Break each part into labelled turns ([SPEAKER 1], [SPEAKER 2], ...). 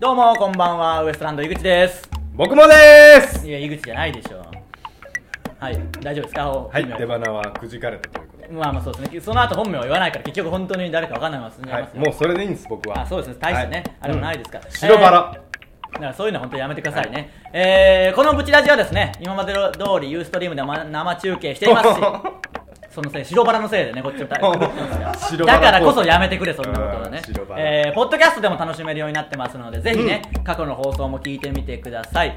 [SPEAKER 1] どうもこんばんはウエストランド井口です
[SPEAKER 2] 僕もです
[SPEAKER 1] いや井口じゃないでしょはい大丈夫ですかは
[SPEAKER 2] はい、出花はくじかれたということで。
[SPEAKER 1] まあまあそうですねその後本名は言わないから結局本当に誰かわかんないまま進んじゃ
[SPEAKER 2] はい
[SPEAKER 1] ま
[SPEAKER 2] い
[SPEAKER 1] す、よ、
[SPEAKER 2] もうそれでいいんです、僕は。
[SPEAKER 1] あそうですね大してね、
[SPEAKER 2] はい
[SPEAKER 1] あれもないですから、
[SPEAKER 2] うん白バラ。
[SPEAKER 1] だからそういうのは本当にやめてくださいね、えー、このブチラジはですね今までの通りユーストリームでま生中継してい ますしそのせい白バラのせいでねこっちも大変
[SPEAKER 2] 白バ
[SPEAKER 1] だ
[SPEAKER 2] ラ
[SPEAKER 1] からこそやめてくれそんなことは
[SPEAKER 2] う
[SPEAKER 1] ね
[SPEAKER 2] ん白、バラ
[SPEAKER 1] えー、ポッドキャストでも楽しめるようになってますのでぜひね、過去の放送も聞いてみてください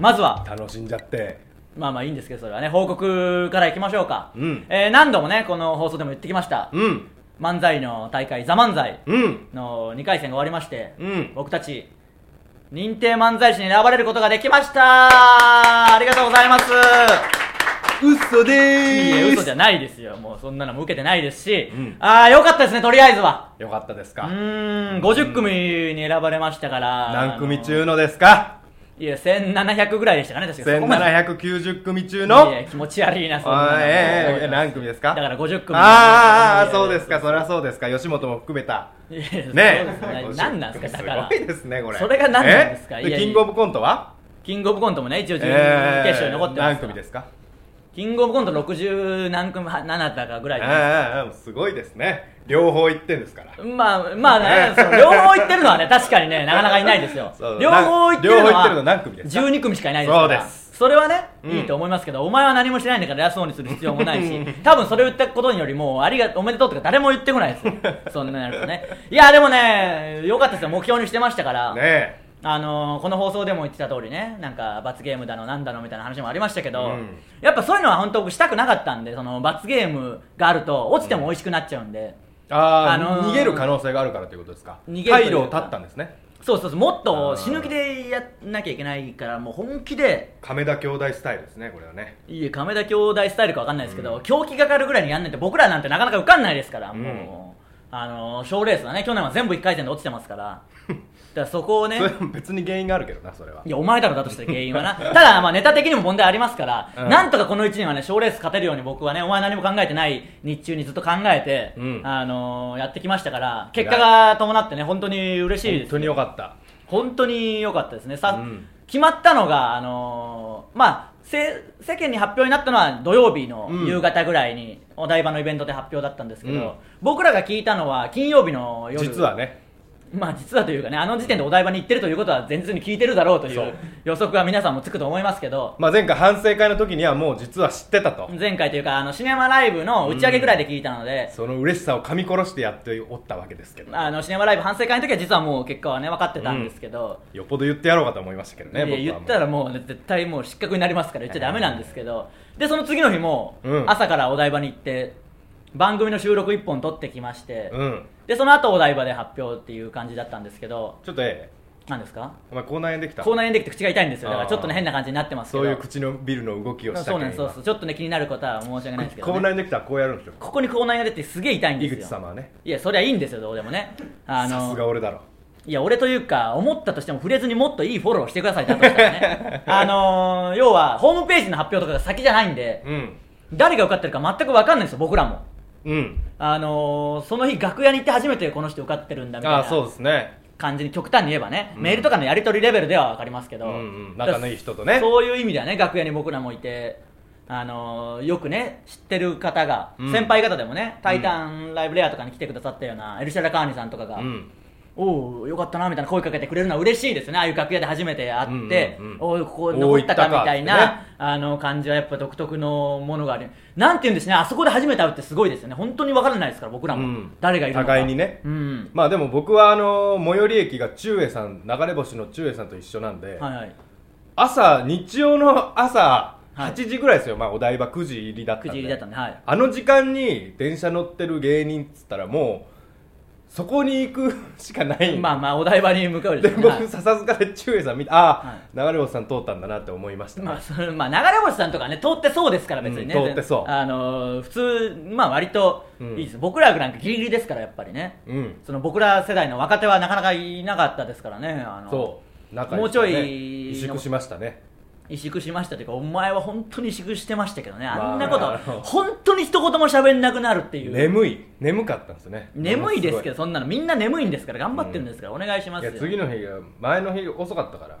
[SPEAKER 1] まずは
[SPEAKER 2] 楽しんじゃって。
[SPEAKER 1] まあまあいいんですけどそれはね報告からいきましょうか、
[SPEAKER 2] うん
[SPEAKER 1] えー何度もねこの放送でも言ってきました、
[SPEAKER 2] うん、
[SPEAKER 1] 漫才の大会「ザ漫才
[SPEAKER 2] うん、
[SPEAKER 1] の2回戦が終わりまして、
[SPEAKER 2] うん
[SPEAKER 1] 僕たち認定漫才師に選ばれることができましたありがとうございます
[SPEAKER 2] 嘘で
[SPEAKER 1] い
[SPEAKER 2] ー
[SPEAKER 1] や
[SPEAKER 2] す。
[SPEAKER 1] 嘘じゃないですよもうそんなのも受けてないですし、
[SPEAKER 2] うん
[SPEAKER 1] ああよかったですねとりあえずは
[SPEAKER 2] よかったです
[SPEAKER 1] う
[SPEAKER 2] か。
[SPEAKER 1] ーん50組に選ばれましたから
[SPEAKER 2] 何組
[SPEAKER 1] あ
[SPEAKER 2] 中のですか
[SPEAKER 1] のいや1700ぐらいでしたかね確かそこまで
[SPEAKER 2] ?1790 組中の
[SPEAKER 1] いや気持ち悪いなそんなの
[SPEAKER 2] あーえーえー何組ですか
[SPEAKER 1] だから50組
[SPEAKER 2] あーあーあー、そうですか、そり
[SPEAKER 1] れ
[SPEAKER 2] ゃそうですか、吉本も含めた。
[SPEAKER 1] いやいや
[SPEAKER 2] ね
[SPEAKER 1] そうですね何なんですかだから
[SPEAKER 2] すごいですね、これ。
[SPEAKER 1] それが何なんですか
[SPEAKER 2] え
[SPEAKER 1] いやいや
[SPEAKER 2] キングオブコントは
[SPEAKER 1] キングオブコントもね一応準決
[SPEAKER 2] えー
[SPEAKER 1] 勝に残ってます、
[SPEAKER 2] 何組ですか
[SPEAKER 1] キングオブコント60何組は7だかぐらいじゃないですか
[SPEAKER 2] ああ、すごいですね。両方行ってんですから。
[SPEAKER 1] まあまあね、その両方行ってるのはね、確かにね、なかなかいないですよ
[SPEAKER 2] そう。
[SPEAKER 1] 両方行ってるの
[SPEAKER 2] 両方行ってるの
[SPEAKER 1] は
[SPEAKER 2] 何組ですか
[SPEAKER 1] 12組しかいないですから。
[SPEAKER 2] そうです
[SPEAKER 1] それはね、
[SPEAKER 2] うん
[SPEAKER 1] いいと思いますけど、お前は何もしないんだから偉そうにする必要もないし、多分それを言ったことによりも、ありが、おめでとうとか誰も言ってこないですよ。 そんなやるとね。いや、でもね、良かったですよ。目標にしてましたから。
[SPEAKER 2] ね
[SPEAKER 1] あのーこの放送でも言ってた通りねなんか罰ゲームだのなんだのみたいな話もありましたけど、
[SPEAKER 2] うん
[SPEAKER 1] やっぱそういうのは本当僕したくなかったんでその罰ゲームがあると落ちても美味しくなっちゃうんで、
[SPEAKER 2] え。ああ、
[SPEAKER 1] あのー
[SPEAKER 2] 逃げる可能性があるからということですか。
[SPEAKER 1] 逃げるというか
[SPEAKER 2] 退路を立ったんですね。
[SPEAKER 1] そうそうそうもっと
[SPEAKER 2] あー
[SPEAKER 1] 死ぬ気でやんなきゃいけないからもう本気で
[SPEAKER 2] 亀田兄弟スタイルですね、これはね。
[SPEAKER 1] いい亀田兄弟スタイルか分かんないですけど、狂気がかるぐらいにやんないと僕らなんてなかなか受かんないですから、もうあのー賞、レースはね去年は全部1回戦で落ちてますから だからそこをね。
[SPEAKER 2] それも別に原因があるけどな、それはい
[SPEAKER 1] や、お前だろだとしたら原因はな。ただ、まあ、ネタ的にも問題ありますから、
[SPEAKER 2] うん
[SPEAKER 1] なんとかこの1年はね、賞レース勝てるように僕はね、お前何も考えてない日中にずっと考えて、
[SPEAKER 2] うん
[SPEAKER 1] あのーやってきましたから、結果が伴ってね、本当に嬉しいで
[SPEAKER 2] 本
[SPEAKER 1] す。
[SPEAKER 2] 当に良かった。
[SPEAKER 1] 本当に良かったですね。さ、
[SPEAKER 2] うん
[SPEAKER 1] 決まったのが、あのーまあ、せ世間に発表になったのは土曜日の夕方ぐらいに、お台場のイベントで発表だったんですけど、
[SPEAKER 2] うん
[SPEAKER 1] 僕らが聞いたのは金曜日の夜
[SPEAKER 2] 実はね。
[SPEAKER 1] まあ実はというかね、あの時点でお台場に行ってるということは前日に聞いてるだろうとい
[SPEAKER 2] そうう
[SPEAKER 1] 予測は皆さんもつくと思いますけど、
[SPEAKER 2] まあ、前回反省会の時にはもう実は知ってたと。
[SPEAKER 1] 前回というか、あのシネマライブの打ち上げぐらいで聞いたので、
[SPEAKER 2] その嬉しさを噛み殺してやっておったわけですけど。
[SPEAKER 1] あのシネマライブ反省会の時は実はもう結果はね、分かってたんですけど、
[SPEAKER 2] よっぽど言ってやろうかと思いましたけどね、
[SPEAKER 1] いや言
[SPEAKER 2] 僕はもう
[SPEAKER 1] ったらもうね絶対もう失格になりますから言っちゃダメなんですけど、で、その次の日も
[SPEAKER 2] うん
[SPEAKER 1] 朝からお台場に行って、番組の収録1本撮ってきまして、
[SPEAKER 2] うん。
[SPEAKER 1] で、その後お台場で発表っていう感じだったんですけど、
[SPEAKER 2] ちょっとええ、
[SPEAKER 1] 何ですか
[SPEAKER 2] お前口内炎できた
[SPEAKER 1] 口内炎できて口が痛いんですよ。だからちょっとね
[SPEAKER 2] あー
[SPEAKER 1] 変な感じになってますけ
[SPEAKER 2] そ
[SPEAKER 1] ど。
[SPEAKER 2] ういう口のビルの動きをした
[SPEAKER 1] そうなんですそう
[SPEAKER 2] う
[SPEAKER 1] そうちょっとね気になることは申し訳ないですけど、
[SPEAKER 2] 口
[SPEAKER 1] ね、
[SPEAKER 2] 内炎できたらこうやるんですよ。
[SPEAKER 1] ここに口内が出てすげえ痛いんで
[SPEAKER 2] 井
[SPEAKER 1] すよ
[SPEAKER 2] 口様はね。
[SPEAKER 1] いやそりゃいいんですよどうでもねあ
[SPEAKER 2] さすが
[SPEAKER 1] の
[SPEAKER 2] 俺だろ。
[SPEAKER 1] いや俺というか思ったとしても触れずにもっといいフォローしてくださいだとしたらね あの要はホームページの発表とかが先じゃないんで
[SPEAKER 2] うん。
[SPEAKER 1] 誰が受かってるか全く分かんないんですよ僕らも
[SPEAKER 2] うん。
[SPEAKER 1] あのその日楽屋に行って初めてこの人受かってるんだみたいな
[SPEAKER 2] ああ、そうですね。
[SPEAKER 1] 感じに極端に言えばね、
[SPEAKER 2] うん
[SPEAKER 1] メールとかのやり取りレベルでは分かりますけど、
[SPEAKER 2] うんうん仲のいい人とね
[SPEAKER 1] そういう意味ではね楽屋に僕らもいて、あのーよくね知ってる方が、
[SPEAKER 2] うん
[SPEAKER 1] 先輩方でもね「タイタンライブレア」とかに来てくださったようなエルシャラカーニさんとかが、
[SPEAKER 2] うん。
[SPEAKER 1] おおよかったなみたいな声かけてくれるのは嬉しいですよねああいう楽屋で初めて会って、
[SPEAKER 2] うんうんうん
[SPEAKER 1] おおここ残ったか
[SPEAKER 2] おー行ったか
[SPEAKER 1] みたい
[SPEAKER 2] ってね
[SPEAKER 1] なあの感じはやっぱ独特のものがあるなんて言うんですねあそこで初めて会うってすごいですよね本当に分からないですから僕らも、
[SPEAKER 2] うん
[SPEAKER 1] 誰がいるのか
[SPEAKER 2] 互いにね
[SPEAKER 1] うん
[SPEAKER 2] まあでも僕はあの最寄り駅が中江さん流れ星の中江さんと一緒なんで、
[SPEAKER 1] はいはい
[SPEAKER 2] 朝日曜の朝
[SPEAKER 1] はい
[SPEAKER 2] 8時ぐらいですよ、まあお台場9時入りだったん
[SPEAKER 1] く
[SPEAKER 2] で
[SPEAKER 1] じ入りだったんではい
[SPEAKER 2] あの時間に電車乗ってる芸人っつったらもうそこに行くしかない
[SPEAKER 1] まあまあお台場に向かうで
[SPEAKER 2] で
[SPEAKER 1] しょうね、は
[SPEAKER 2] 僕
[SPEAKER 1] い
[SPEAKER 2] 笹塚で中江さん見てああ、流れ星さん通ったんだなって思いました、
[SPEAKER 1] まあ、それまあ流れ星さんとかね通ってそうですから別にね、
[SPEAKER 2] うん通ってそう
[SPEAKER 1] あのー普通まあ割といいです、僕らなんかギリギリですからやっぱりね
[SPEAKER 2] うん
[SPEAKER 1] その僕ら世代の若手はなかなかいなかったですからねあの
[SPEAKER 2] そう仲
[SPEAKER 1] もうちょい
[SPEAKER 2] ね、萎縮しましたね
[SPEAKER 1] 萎縮しましたというかお前は本当に萎縮してましたけどね
[SPEAKER 2] まあ
[SPEAKER 1] あんなこと
[SPEAKER 2] あの
[SPEAKER 1] 本当に一言も喋んなくなるっていう、
[SPEAKER 2] 眠い眠かったんですね
[SPEAKER 1] 眠いですけど
[SPEAKER 2] も
[SPEAKER 1] そんなのみんな眠いんですから頑張ってるんですから、お願いしま
[SPEAKER 2] の
[SPEAKER 1] す
[SPEAKER 2] すごい
[SPEAKER 1] よ
[SPEAKER 2] いや次の日が前の日遅かったから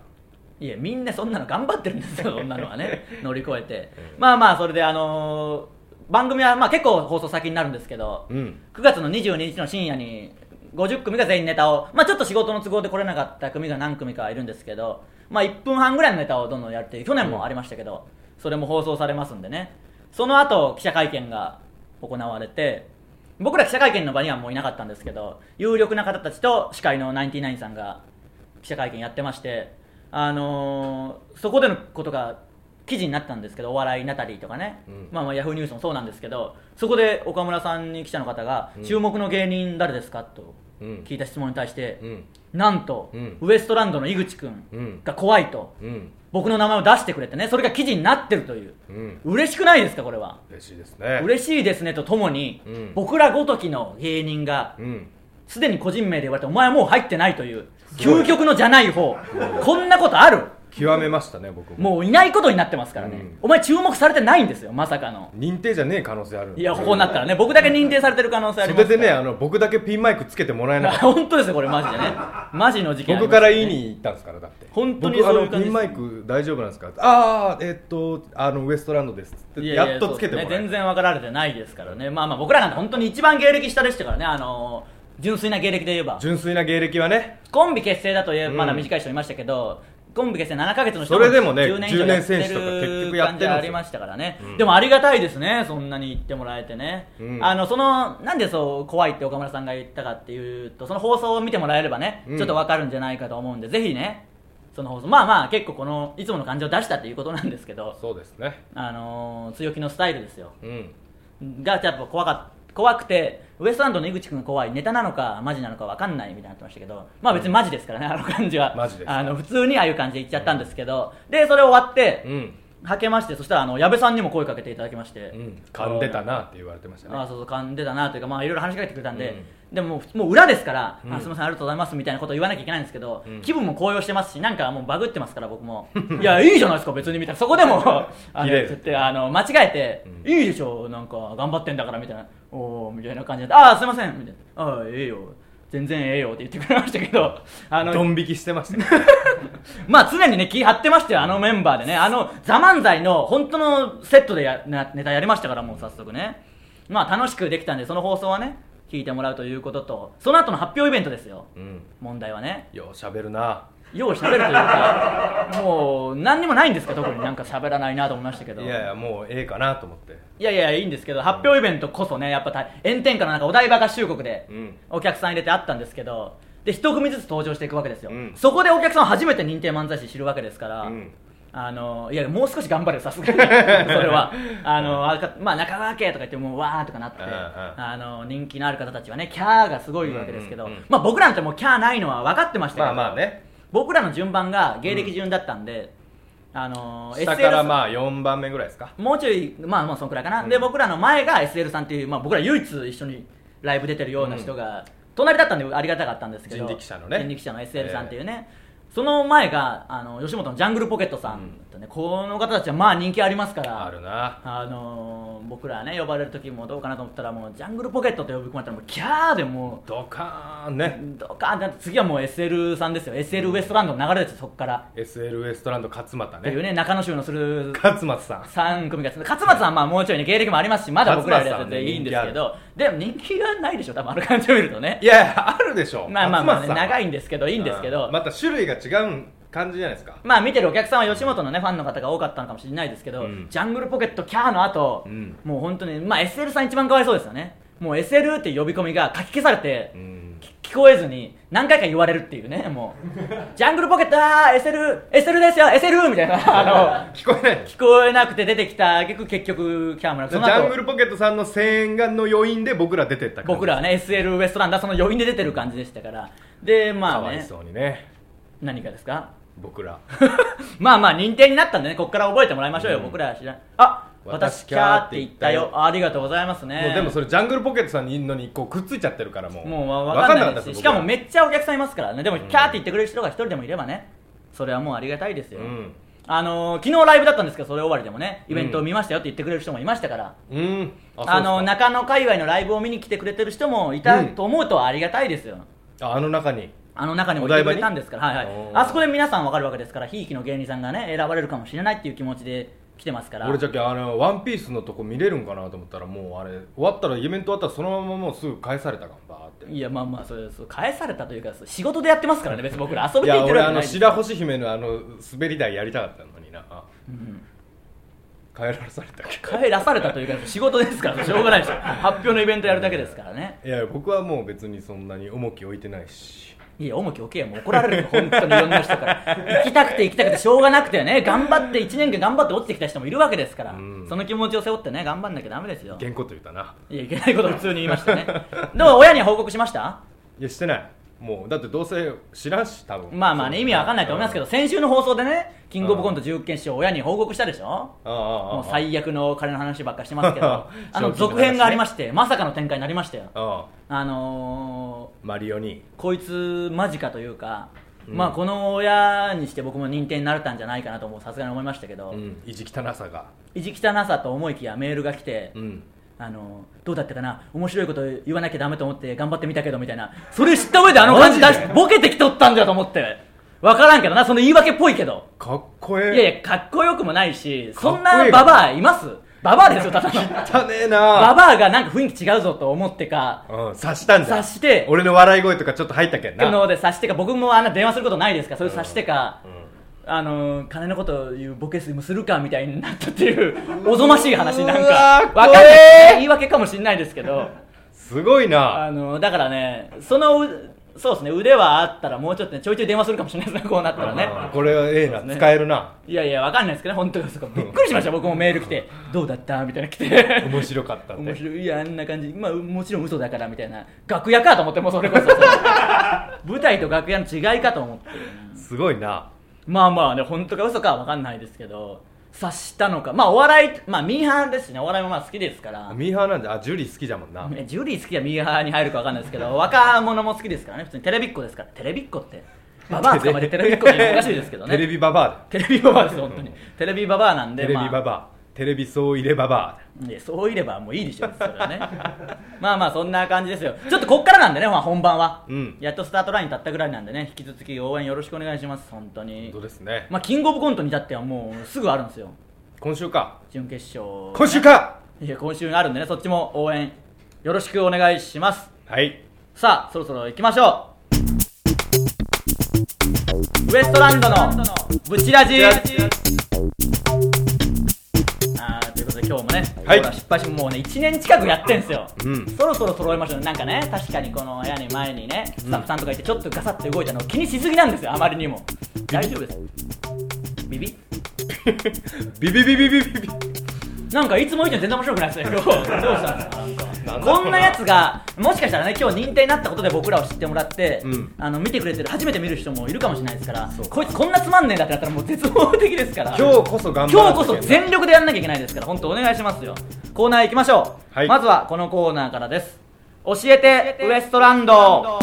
[SPEAKER 1] いやみんなそんなの頑張ってるん ですよ、そんなのはね、乗り越えて、まあまあ、それで、あのー番組は、まあ、結構放送先になるんですけど、
[SPEAKER 2] うん
[SPEAKER 1] 9月の22日の深夜に、50組が全員ネタを、まあ、ちょっと仕事の都合で来れなかった組が何組かいるんですけど、まあ、1分半ぐらいのネタをどんどんやるっていう、去年もありましたけど、それも放送されますんでね、その後記者会見が行われて、僕ら記者会見の場にはもういなかったんですけど、有力な方たちと司会のナインティナインさんが記者会見やってまして、あのーそこでのことが記事になったんですけどお笑いナタリーとかね、
[SPEAKER 2] うん
[SPEAKER 1] まあ、まあヤフーニュースもそうなんですけどそこで岡村さんに記者の方が、
[SPEAKER 2] うん
[SPEAKER 1] 注目の芸人誰ですか?」と
[SPEAKER 2] うん
[SPEAKER 1] 聞いた質問に対して、
[SPEAKER 2] うん
[SPEAKER 1] なんと、
[SPEAKER 2] うん
[SPEAKER 1] ウエストランドの井口
[SPEAKER 2] う
[SPEAKER 1] 君
[SPEAKER 2] ん
[SPEAKER 1] が怖いと、
[SPEAKER 2] うん
[SPEAKER 1] 僕の名前を出してくれてねそれが記事になってるという、
[SPEAKER 2] うん
[SPEAKER 1] 嬉しくないですかこれは
[SPEAKER 2] 嬉しいですね
[SPEAKER 1] 嬉しいですねとともに、
[SPEAKER 2] うん
[SPEAKER 1] 僕らごときの芸人が
[SPEAKER 2] うん
[SPEAKER 1] すでに個人名で言われてお前はもう入ってないという
[SPEAKER 2] すごい
[SPEAKER 1] 究極のじゃない方こんなことある
[SPEAKER 2] 極めましたね僕も
[SPEAKER 1] もういないことになってますからね、
[SPEAKER 2] うん
[SPEAKER 1] お前注目されてないんですよまさかの
[SPEAKER 2] 認定じゃねえ可能性ある
[SPEAKER 1] いやこうなったらね僕だけ認定されてる可能性あ
[SPEAKER 2] そ
[SPEAKER 1] りま
[SPEAKER 2] れ
[SPEAKER 1] すか
[SPEAKER 2] で
[SPEAKER 1] ら
[SPEAKER 2] ねあの僕だけピンマイクつけてもらえなか っ
[SPEAKER 1] 本当ですよこれマジでねマジの事件あ
[SPEAKER 2] た
[SPEAKER 1] り
[SPEAKER 2] 僕
[SPEAKER 1] ます
[SPEAKER 2] から
[SPEAKER 1] ね
[SPEAKER 2] 言いに行ったんですからだって
[SPEAKER 1] 本当に
[SPEAKER 2] 僕あ
[SPEAKER 1] そうい
[SPEAKER 2] の
[SPEAKER 1] う感じ
[SPEAKER 2] ピンマイク大丈夫なんですかああえっとあのウエストランドですっつって
[SPEAKER 1] いやいや
[SPEAKER 2] やっとつけてもらえ
[SPEAKER 1] そうで
[SPEAKER 2] た
[SPEAKER 1] すね全然分かられてないですからねまあまあ僕らなんて本当に一番芸歴下でしたからねあの純粋な芸歴で言えば
[SPEAKER 2] 純粋な芸歴はね
[SPEAKER 1] コンビ結成だといえば
[SPEAKER 2] うん
[SPEAKER 1] まだ短い人いましたけど、コンビ結成7ヶ月の人
[SPEAKER 2] それでもね
[SPEAKER 1] 以上
[SPEAKER 2] 10年選手とか結局やってるんです
[SPEAKER 1] 感じ
[SPEAKER 2] よ
[SPEAKER 1] ありましたからね、
[SPEAKER 2] ん
[SPEAKER 1] でもありがたいですねそんなに言ってもらえてね、
[SPEAKER 2] うん
[SPEAKER 1] あのそのなんでそう怖いって岡村さんが言ったかっていうとその放送を見てもらえればね、
[SPEAKER 2] うん
[SPEAKER 1] ちょっとわかるんじゃないかと思うんでぜひねその放送まあまあ結構このいつもの感じを出したっていうことなんですけど
[SPEAKER 2] そうですね
[SPEAKER 1] あのー強気のスタイルですよ
[SPEAKER 2] うん
[SPEAKER 1] がやっぱ怖かっ怖くてウエストランドの井口君が怖いネタなのかマジなのか分かんないみたいになってましたけどまあ別にマジですからね、あの感じは
[SPEAKER 2] マジです
[SPEAKER 1] あの普通にああいう感じで言っちゃったんですけど、でそれ終わって、
[SPEAKER 2] うん
[SPEAKER 1] はけましてそしたらあの矢部さんにも声かけていただきまして、
[SPEAKER 2] うん噛んでたなって言われてました
[SPEAKER 1] ああ
[SPEAKER 2] ね
[SPEAKER 1] そうそう噛んでたなというかまあいろいろ話しかけてくれたんで、でももうもう裏ですから、
[SPEAKER 2] うん
[SPEAKER 1] あすみませんありがとうございますみたいなことを言わなきゃいけないんですけど、
[SPEAKER 2] うん
[SPEAKER 1] 気分も高揚してますしなんかもうバグってますから僕 もいやいいじゃないですか別にみたいなそこでもあ
[SPEAKER 2] 綺
[SPEAKER 1] の
[SPEAKER 2] 麗
[SPEAKER 1] ちょっとあの間違えて、
[SPEAKER 2] うん
[SPEAKER 1] いいでしょなんか頑張ってんだからみたいなおおみたいな感じでああすみませんみたいなああええよ全然ええよって言ってくれましたけどあ
[SPEAKER 2] ド
[SPEAKER 1] の
[SPEAKER 2] ン引きしてましたね
[SPEAKER 1] まあ常にね気張ってましたよあのメンバーでねあの「ザ漫才の本当のセットでやなネタやりましたからもう早速ねまあ楽しくできたんでその放送はね聞いてもらうということとその後の発表イベントですよ
[SPEAKER 2] うん
[SPEAKER 1] 問題はね
[SPEAKER 2] ようしゃべるな
[SPEAKER 1] よう喋るというかもう何にもないんですか特になんか喋らないなと思いましたけ
[SPEAKER 2] い
[SPEAKER 1] ど
[SPEAKER 2] やいやもうええかなと思って
[SPEAKER 1] いやいやいいんですけど発表イベントこそねやっぱ大炎天下の中お台場合衆国で
[SPEAKER 2] うん
[SPEAKER 1] お客さん入れてあったんですけどで一組ずつ登場していくわけですよ、
[SPEAKER 2] うん
[SPEAKER 1] そこでお客さん初めて認定漫才師知るわけですから、
[SPEAKER 2] うん
[SPEAKER 1] あのいやもう少し頑張れよさ すがにそれはあのあかまあ、中川家とか言ってもうわーとかなって、
[SPEAKER 2] うんうん
[SPEAKER 1] あの人気のある方たちはねキャーがすごいわけですけど、
[SPEAKER 2] うんうんうん
[SPEAKER 1] まあ、僕らなんてもうキャーないのは分かってましたけど、
[SPEAKER 2] まあまあね
[SPEAKER 1] 僕らの順番が芸歴順だったんで、あの
[SPEAKER 2] 下から
[SPEAKER 1] SL
[SPEAKER 2] まあ4番目ぐらいですか
[SPEAKER 1] もうちょい、まあ、まあそのくらいかな、
[SPEAKER 2] うん
[SPEAKER 1] で僕らの前が SL さんっていう、まあ、僕ら唯一一緒にライブ出てるような人が、隣だったんでありがたかったんですけど
[SPEAKER 2] 人力車のね
[SPEAKER 1] 人力車の SL さんっていうね、その前があの吉本のジャングルポケットさんとね、この方たちはまあ人気ありますから
[SPEAKER 2] あるな
[SPEAKER 1] あのー僕らね呼ばれる時もどうかなと思ったらもうジャングルポケットと呼び込まれたらもうキャーでもう
[SPEAKER 2] ドカーンね
[SPEAKER 1] ドカーンってなって次はもう SL さんですよ SL ウエストランドの流れですよそこから、
[SPEAKER 2] SL ウエストランド勝俣
[SPEAKER 1] っていう
[SPEAKER 2] ね
[SPEAKER 1] ね中野州のする
[SPEAKER 2] 勝俣さん
[SPEAKER 1] 3組が勝松さんはまあもうちょいね芸歴もありますしまだ僕らよりは
[SPEAKER 2] 勝
[SPEAKER 1] 全然
[SPEAKER 2] 俣さんね
[SPEAKER 1] いいんですけどでも人気がないでしょ多分あの感じを見るとね
[SPEAKER 2] いやいやあるでしょ
[SPEAKER 1] まあまあまあね
[SPEAKER 2] 勝俣さんは
[SPEAKER 1] 長いんですけどいいんですけ
[SPEAKER 2] う
[SPEAKER 1] ど
[SPEAKER 2] また種類が違う感じじゃないですか
[SPEAKER 1] まあ見てるお客さんは吉本のねファンの方が多かったのかもしれないですけど
[SPEAKER 2] うん
[SPEAKER 1] ジャングルポケットキャーの後
[SPEAKER 2] うん
[SPEAKER 1] もう本当にまあ SL さん一番かわいそうですよねもう SL っていう呼び込みが書き消されて
[SPEAKER 2] うん
[SPEAKER 1] 聞こえずに何回か言われるっていうねもうジャングルポケットあー SL SL ですよ SL みたいなあの
[SPEAKER 2] 聞こえない
[SPEAKER 1] 聞こえなくて出てきた結局結局キャーもなく
[SPEAKER 2] ジ
[SPEAKER 1] その後
[SPEAKER 2] ャングルポケットさんの声援がの余韻で僕ら出てった感じ
[SPEAKER 1] 僕らはね SL ウエストランダーその余韻で出てる感じでしたからで
[SPEAKER 2] か
[SPEAKER 1] まあ
[SPEAKER 2] わい
[SPEAKER 1] ね
[SPEAKER 2] そうにね
[SPEAKER 1] 何がですか
[SPEAKER 2] 僕ら
[SPEAKER 1] まあまあ認定になったんでねここから覚えてもらいましょうよ、
[SPEAKER 2] うん
[SPEAKER 1] 僕らは知らんあ私
[SPEAKER 2] 私
[SPEAKER 1] キ
[SPEAKER 2] キ
[SPEAKER 1] ャ
[SPEAKER 2] ャ
[SPEAKER 1] ー
[SPEAKER 2] ー
[SPEAKER 1] っ
[SPEAKER 2] ってて
[SPEAKER 1] 言
[SPEAKER 2] 言
[SPEAKER 1] っ
[SPEAKER 2] ったた
[SPEAKER 1] よ
[SPEAKER 2] よ
[SPEAKER 1] ありがとうございますね
[SPEAKER 2] もうでもそれジャングルポケットさんにいんのにこうくっついちゃってるからもう
[SPEAKER 1] もうわ
[SPEAKER 2] わ
[SPEAKER 1] わかんないですし
[SPEAKER 2] よ
[SPEAKER 1] しかも
[SPEAKER 2] 僕ら
[SPEAKER 1] めっちゃお客さんいますからねでも、
[SPEAKER 2] ん
[SPEAKER 1] キャーって言ってくれる人が一人でもいればねそれはもうありがたいですよ、
[SPEAKER 2] うん
[SPEAKER 1] あのー昨日ライブだったんですけどそれ終わりでもねイベントを見ましたよって言ってくれる人もいましたから、
[SPEAKER 2] うん
[SPEAKER 1] あの
[SPEAKER 2] そうです
[SPEAKER 1] 中
[SPEAKER 2] か
[SPEAKER 1] 野界隈のライブを見に来てくれてる人もいたと思うとありがたいですよ、
[SPEAKER 2] ああの中に
[SPEAKER 1] あの中にも
[SPEAKER 2] お
[SPEAKER 1] いて
[SPEAKER 2] 台
[SPEAKER 1] く
[SPEAKER 2] 場に
[SPEAKER 1] れたんですから、はいはい
[SPEAKER 2] お、ー
[SPEAKER 1] あそこで皆さんわかるわけですからひいきの芸人さんがね選ばれるかもしれないっていう気持ちで来てますから
[SPEAKER 2] 俺じゃけあのワンピースのとこ見れるんかなと思ったらもうあれ終わったらイベント終わったらそのままもうすぐ返されたかんバーって
[SPEAKER 1] いやまあまあそれそう返されたというかそう仕事でやってますからね別に僕ら遊びで
[SPEAKER 2] い
[SPEAKER 1] 行
[SPEAKER 2] や
[SPEAKER 1] ってる
[SPEAKER 2] 俺
[SPEAKER 1] わけじゃ
[SPEAKER 2] あ
[SPEAKER 1] ない
[SPEAKER 2] の
[SPEAKER 1] です
[SPEAKER 2] 白星姫のあの滑り台やりたかったのにな
[SPEAKER 1] うん
[SPEAKER 2] 帰らされたっ
[SPEAKER 1] 帰らされたというか仕事ですからしょうがないでしょ 発表のイベントやるだけですからね
[SPEAKER 2] けいや僕はもう別にそんなに重き置いてないし
[SPEAKER 1] いや重き置けやもう怒ら れるよ本当にいろんな人から行きたくて行きたくてしょうがなくてね頑張って1年間頑張って落ちてきた人もいるわけですから、
[SPEAKER 2] うん
[SPEAKER 1] その気持ちを背負ってね頑張んなきゃダメですよ
[SPEAKER 2] 原稿と言ったない
[SPEAKER 1] やいけないことを普通に言いました ねでも親には報告しました
[SPEAKER 2] いやしてないもうだってどうせ知らんし多分
[SPEAKER 1] まあまあね意味は分かんないと思いますけど先週の放送でねキングオブコント準決勝を親に報告したでしょ
[SPEAKER 2] ああああ
[SPEAKER 1] もう最悪の金の話ばっかりしてますけど
[SPEAKER 2] 賞金の話ね
[SPEAKER 1] あの続編がありましてまさかの展開になりましたよ
[SPEAKER 2] ああ
[SPEAKER 1] あの
[SPEAKER 2] マリオに
[SPEAKER 1] ー、こいつマジかというか、
[SPEAKER 2] うん
[SPEAKER 1] まあこの親にして僕も認定になれたんじゃないかなともさすがに思いましたけど、
[SPEAKER 2] うん意地汚さが
[SPEAKER 1] 意地汚さと思いきやメールが来て、
[SPEAKER 2] うん
[SPEAKER 1] あのーどうだったかな面白いこと言わなきゃダメと思って頑張ってみたけどみたいなそれ知った上であの感じ出し
[SPEAKER 2] マジで
[SPEAKER 1] ボケてきとったんだと思って分からんけどなその言い訳っぽいけど
[SPEAKER 2] かっこええ
[SPEAKER 1] いやいやかっこよくもないしそん
[SPEAKER 2] かっこ
[SPEAKER 1] ない
[SPEAKER 2] い
[SPEAKER 1] ババアいますババアですよただの
[SPEAKER 2] 汚ねえな
[SPEAKER 1] ババアがなんか雰囲気違うぞと思ってか
[SPEAKER 2] うん、察したんだ
[SPEAKER 1] 察して
[SPEAKER 2] 俺の笑い声とかちょっと入ったけんな
[SPEAKER 1] 苦悩で察してか僕もあんな電話することないですからそれ察してか、
[SPEAKER 2] う
[SPEAKER 1] あのー金のこと言うボケ数もするかみたいになったっていうおぞましい話なん
[SPEAKER 2] うわ
[SPEAKER 1] か
[SPEAKER 2] ー
[SPEAKER 1] わかんない
[SPEAKER 2] 怖え
[SPEAKER 1] 言い訳かもしれないですけど
[SPEAKER 2] んすごいな
[SPEAKER 1] あのーだからねそのうそうですね腕はあったらもうちょっとねちょいちょい電話するかもしれないですねこうなったらね
[SPEAKER 2] うんこれはええな、
[SPEAKER 1] そうですね
[SPEAKER 2] 使えるない
[SPEAKER 1] やいやわかんないですけどね本当にそうかびっくりしました僕もメール来てどうだったみたいな来て
[SPEAKER 2] 面白かったん
[SPEAKER 1] 面
[SPEAKER 2] で
[SPEAKER 1] 白いいやあんな感じまあもちろん嘘だからみたいな楽屋かと思ってもうそれ こそ舞台と楽屋の違いかと思って
[SPEAKER 2] すごいな
[SPEAKER 1] まあまあね本当か嘘かは分かんないですけど察したのかまあお笑いまあミーハーですしねお笑いもまあ好きですから
[SPEAKER 2] ミーハーなんであジュリー好きじゃもんな
[SPEAKER 1] えジュリー好きはミーハーに入るか分かんないですけど若者も好きですからね普通にテレビっ子ですからテレビっ子ってババア捕まえてテレビっ子って言うのおかしいですけどね
[SPEAKER 2] テレビババアだ
[SPEAKER 1] テレビババアです本当にテレビババアなんで
[SPEAKER 2] テレビバ
[SPEAKER 1] まあ
[SPEAKER 2] バア、テレビ総入れババ
[SPEAKER 1] いやそういればもういいでしょそれはね まあまあそんな感じですよちょっとこっからなんでね、まあ、本番は、
[SPEAKER 2] うん
[SPEAKER 1] やっとスタートラインに立ったぐらいなんでね引き続き応援よろしくお願いします本当
[SPEAKER 2] ア
[SPEAKER 1] に
[SPEAKER 2] 本当ですね、
[SPEAKER 1] まあキングオブコントに至ってはもうすぐあるんですよ
[SPEAKER 2] 今週か
[SPEAKER 1] 準決勝
[SPEAKER 2] 今週か
[SPEAKER 1] いや今週あるんでねそっちも応援よろしくお願いします
[SPEAKER 2] はい
[SPEAKER 1] さあそろそろ行きましょうウエストランドのブチラジあーということで今日もね、
[SPEAKER 2] はい
[SPEAKER 1] ほら失敗してもうね1年近くやってんすよ、
[SPEAKER 2] うん
[SPEAKER 1] そろそろ揃えましょうねなんかね確かにこの屋根前にねスタッフさんとかいてちょっとガサッと動いたのを気にしすぎなんですよあまりにも大丈夫ですビビ
[SPEAKER 2] ビビビビビビビ
[SPEAKER 1] なんかいつも以上に全然面白くないですね今日ど うしたんですかなんか
[SPEAKER 2] なんだろう
[SPEAKER 1] こんなやつがもしかしたらね今日認定になったことで僕らを知ってもらって、
[SPEAKER 2] うん
[SPEAKER 1] あの見てくれてる初めて見る人もいるかもしれないですから
[SPEAKER 2] そう
[SPEAKER 1] こいつこんなつまんねえんだってなったらもう絶望的ですから
[SPEAKER 2] 今日こそ頑張
[SPEAKER 1] 今
[SPEAKER 2] ら
[SPEAKER 1] 日こ
[SPEAKER 2] なきゃ
[SPEAKER 1] そ全力でやんなきゃいけないですから本当お願いしますよコーナー行きましょう、
[SPEAKER 2] はい
[SPEAKER 1] まずはこのコーナーからです教えてウエストランド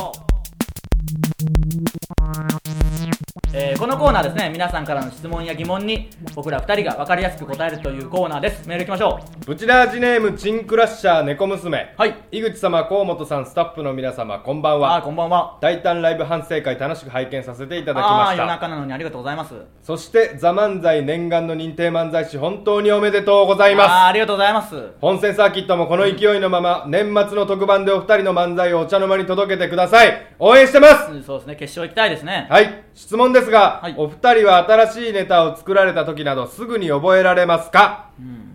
[SPEAKER 1] えーこのコーナーですね皆さんからの質問や疑問に僕ら2人が分かりやすく答えるというコーナーですメール行きましょ
[SPEAKER 2] ブチラージネームチンクラッシャー猫娘
[SPEAKER 1] はい
[SPEAKER 2] 井口様河本さんスタッフの皆様こんばん
[SPEAKER 1] うあー
[SPEAKER 2] は
[SPEAKER 1] こんばんは
[SPEAKER 2] 大胆ライブ反省会楽しく拝見させていただき
[SPEAKER 1] あ
[SPEAKER 2] ま
[SPEAKER 1] あー
[SPEAKER 2] し
[SPEAKER 1] 夜
[SPEAKER 2] た
[SPEAKER 1] 中なのにありがとうございます
[SPEAKER 2] そして「ザ漫才念願の認定漫才師本当におめでとうござ
[SPEAKER 1] あ
[SPEAKER 2] い
[SPEAKER 1] ー
[SPEAKER 2] ます
[SPEAKER 1] ありがとうございます
[SPEAKER 2] 本戦サーキットもこの勢いのまま、年末の特番でお二人の漫才をお茶の間に届けてください応援してます
[SPEAKER 1] うんそうですね決勝行きたいですね
[SPEAKER 2] はい質問ですが、
[SPEAKER 1] はい
[SPEAKER 2] お二人は新しいネタを作られた時などすぐに覚えられますか、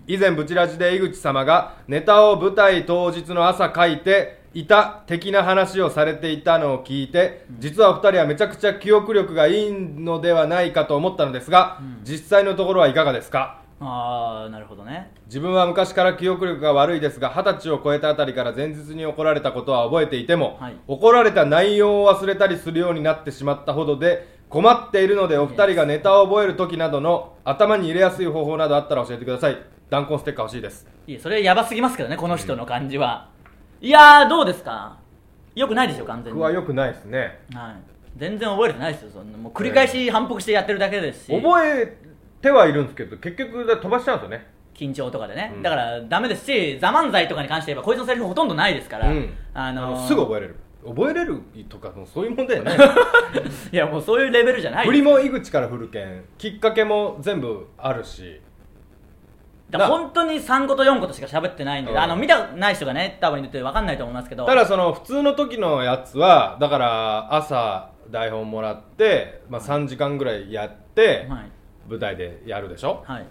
[SPEAKER 2] 以前ブチラジで井口様がネタを舞台当日の朝書いていた的な話をされていたのを聞いて、実はお二人はめちゃくちゃ記憶力がいいのではないかと思ったのですが、実際のところはいかがですか
[SPEAKER 1] ああなるほどね
[SPEAKER 2] 自分は昔から記憶力が悪いですが二十歳を超えたあたりから前日に怒られたことは覚えていても、
[SPEAKER 1] はい
[SPEAKER 2] 怒られた内容を忘れたりするようになってしまったほどで困っているのでお二人がネタを覚える時などの頭に入れやすい方法などあったら教えてください弾痕ステッカー欲しいです
[SPEAKER 1] いやそれやばすぎますけどねこの人の感じは、いやーどうですかよくないでしょ完全
[SPEAKER 2] 僕
[SPEAKER 1] に
[SPEAKER 2] は良くないですね
[SPEAKER 1] はい、全然覚えてないですよそんなもう繰り返し反復してやってるだけですし、
[SPEAKER 2] 覚えてはいるんですけど結局飛ばしちゃうんですよね
[SPEAKER 1] 緊張とかでね、
[SPEAKER 2] うん
[SPEAKER 1] だからダメですし「ザ漫才とかに関して言えばこいつのセリフほとんどないですから、
[SPEAKER 2] うん
[SPEAKER 1] あ
[SPEAKER 2] あ
[SPEAKER 1] の
[SPEAKER 2] の すぐ覚えれる覚えれるとかもうそういうもんだよね
[SPEAKER 1] いやもうそういうレベルじゃない
[SPEAKER 2] 振りも井口から振るけんきっかけも全部あるし
[SPEAKER 1] だから本当に3個と4個としか喋ってないんで、
[SPEAKER 2] うん
[SPEAKER 1] あの見たない人がね多分言って分かんないと思いますけど
[SPEAKER 2] ただその普通の時のやつはだから朝台本もらって、まあ、3時間ぐらいやって、
[SPEAKER 1] はい
[SPEAKER 2] 舞台でやるでしょ
[SPEAKER 1] はい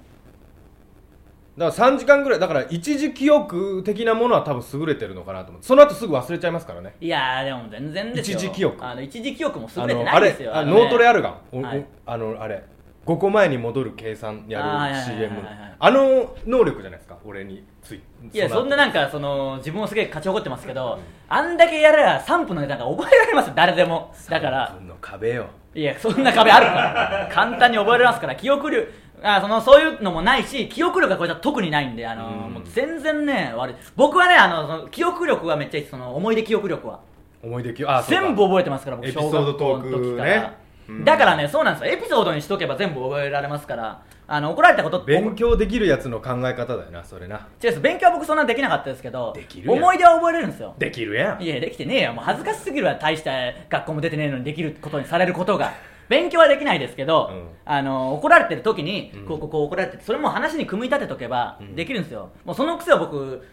[SPEAKER 2] だから3時間ぐらいだから一時記憶的なものは多分優れてるのかなと思ってその後すぐ忘れちゃいますからね
[SPEAKER 1] いやーでも全然ですよ
[SPEAKER 2] 一時記憶
[SPEAKER 1] あの一時記憶も優
[SPEAKER 2] あ
[SPEAKER 1] れて
[SPEAKER 2] の
[SPEAKER 1] な
[SPEAKER 2] あ
[SPEAKER 1] い
[SPEAKER 2] れ
[SPEAKER 1] ですよ
[SPEAKER 2] あ
[SPEAKER 1] のね
[SPEAKER 2] 脳トレあるがんおお
[SPEAKER 1] はい
[SPEAKER 2] あのあれ5個前に戻る計算や
[SPEAKER 1] あーはいはい
[SPEAKER 2] る
[SPEAKER 1] はい
[SPEAKER 2] CM
[SPEAKER 1] はいはい
[SPEAKER 2] あの能力じゃないですか俺につい
[SPEAKER 1] いや
[SPEAKER 2] の
[SPEAKER 1] そんななんかその自分もすげえ勝ち誇ってますけど、あんだけやれば3分のネタが覚えられますよ誰でもだから
[SPEAKER 2] 3分の壁よ
[SPEAKER 1] いやそんな壁あるから簡単に覚えられますから記憶力あそのそういうのもないし記憶力がこれは特にないんであの
[SPEAKER 2] うん
[SPEAKER 1] もう全然ね悪い僕はねあのその記憶力はめっちゃいいですその思い出記憶力は
[SPEAKER 2] 思い出きあそうか
[SPEAKER 1] 全部覚えてますから僕
[SPEAKER 2] エピソードトークね
[SPEAKER 1] 小学校の時から
[SPEAKER 2] うん
[SPEAKER 1] だからねそうなんですよエピソードにしとけば全部覚えられますからあの怒られたことって
[SPEAKER 2] 勉強できるやつの考え方だよなそれな
[SPEAKER 1] 違うです勉強は僕そんなできなかったですけど
[SPEAKER 2] できるやん
[SPEAKER 1] 思い出は覚えれるんですよ
[SPEAKER 2] できるや
[SPEAKER 1] いやできてねえよもう恥ずかしすぎるわ大した学校も出てねえのにできることにされることが勉強はできないですけど、
[SPEAKER 2] うん
[SPEAKER 1] あの怒られてる時に
[SPEAKER 2] うん
[SPEAKER 1] こうこうこう怒られててそれも話に組み立てとけば
[SPEAKER 2] うん
[SPEAKER 1] できるんですよ、もうその癖を僕